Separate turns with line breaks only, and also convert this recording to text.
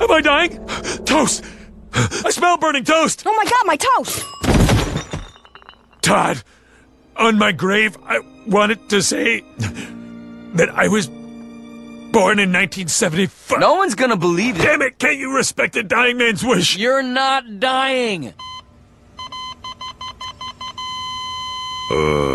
Am I dying? Toast! I smell burning toast!
Oh my god, my toast!
Todd, on my grave, I wanted to say that I was born in 1975.
No one's gonna believe it.
Damn it, can't you respect a dying man's wish?
You're not dying.
Uh,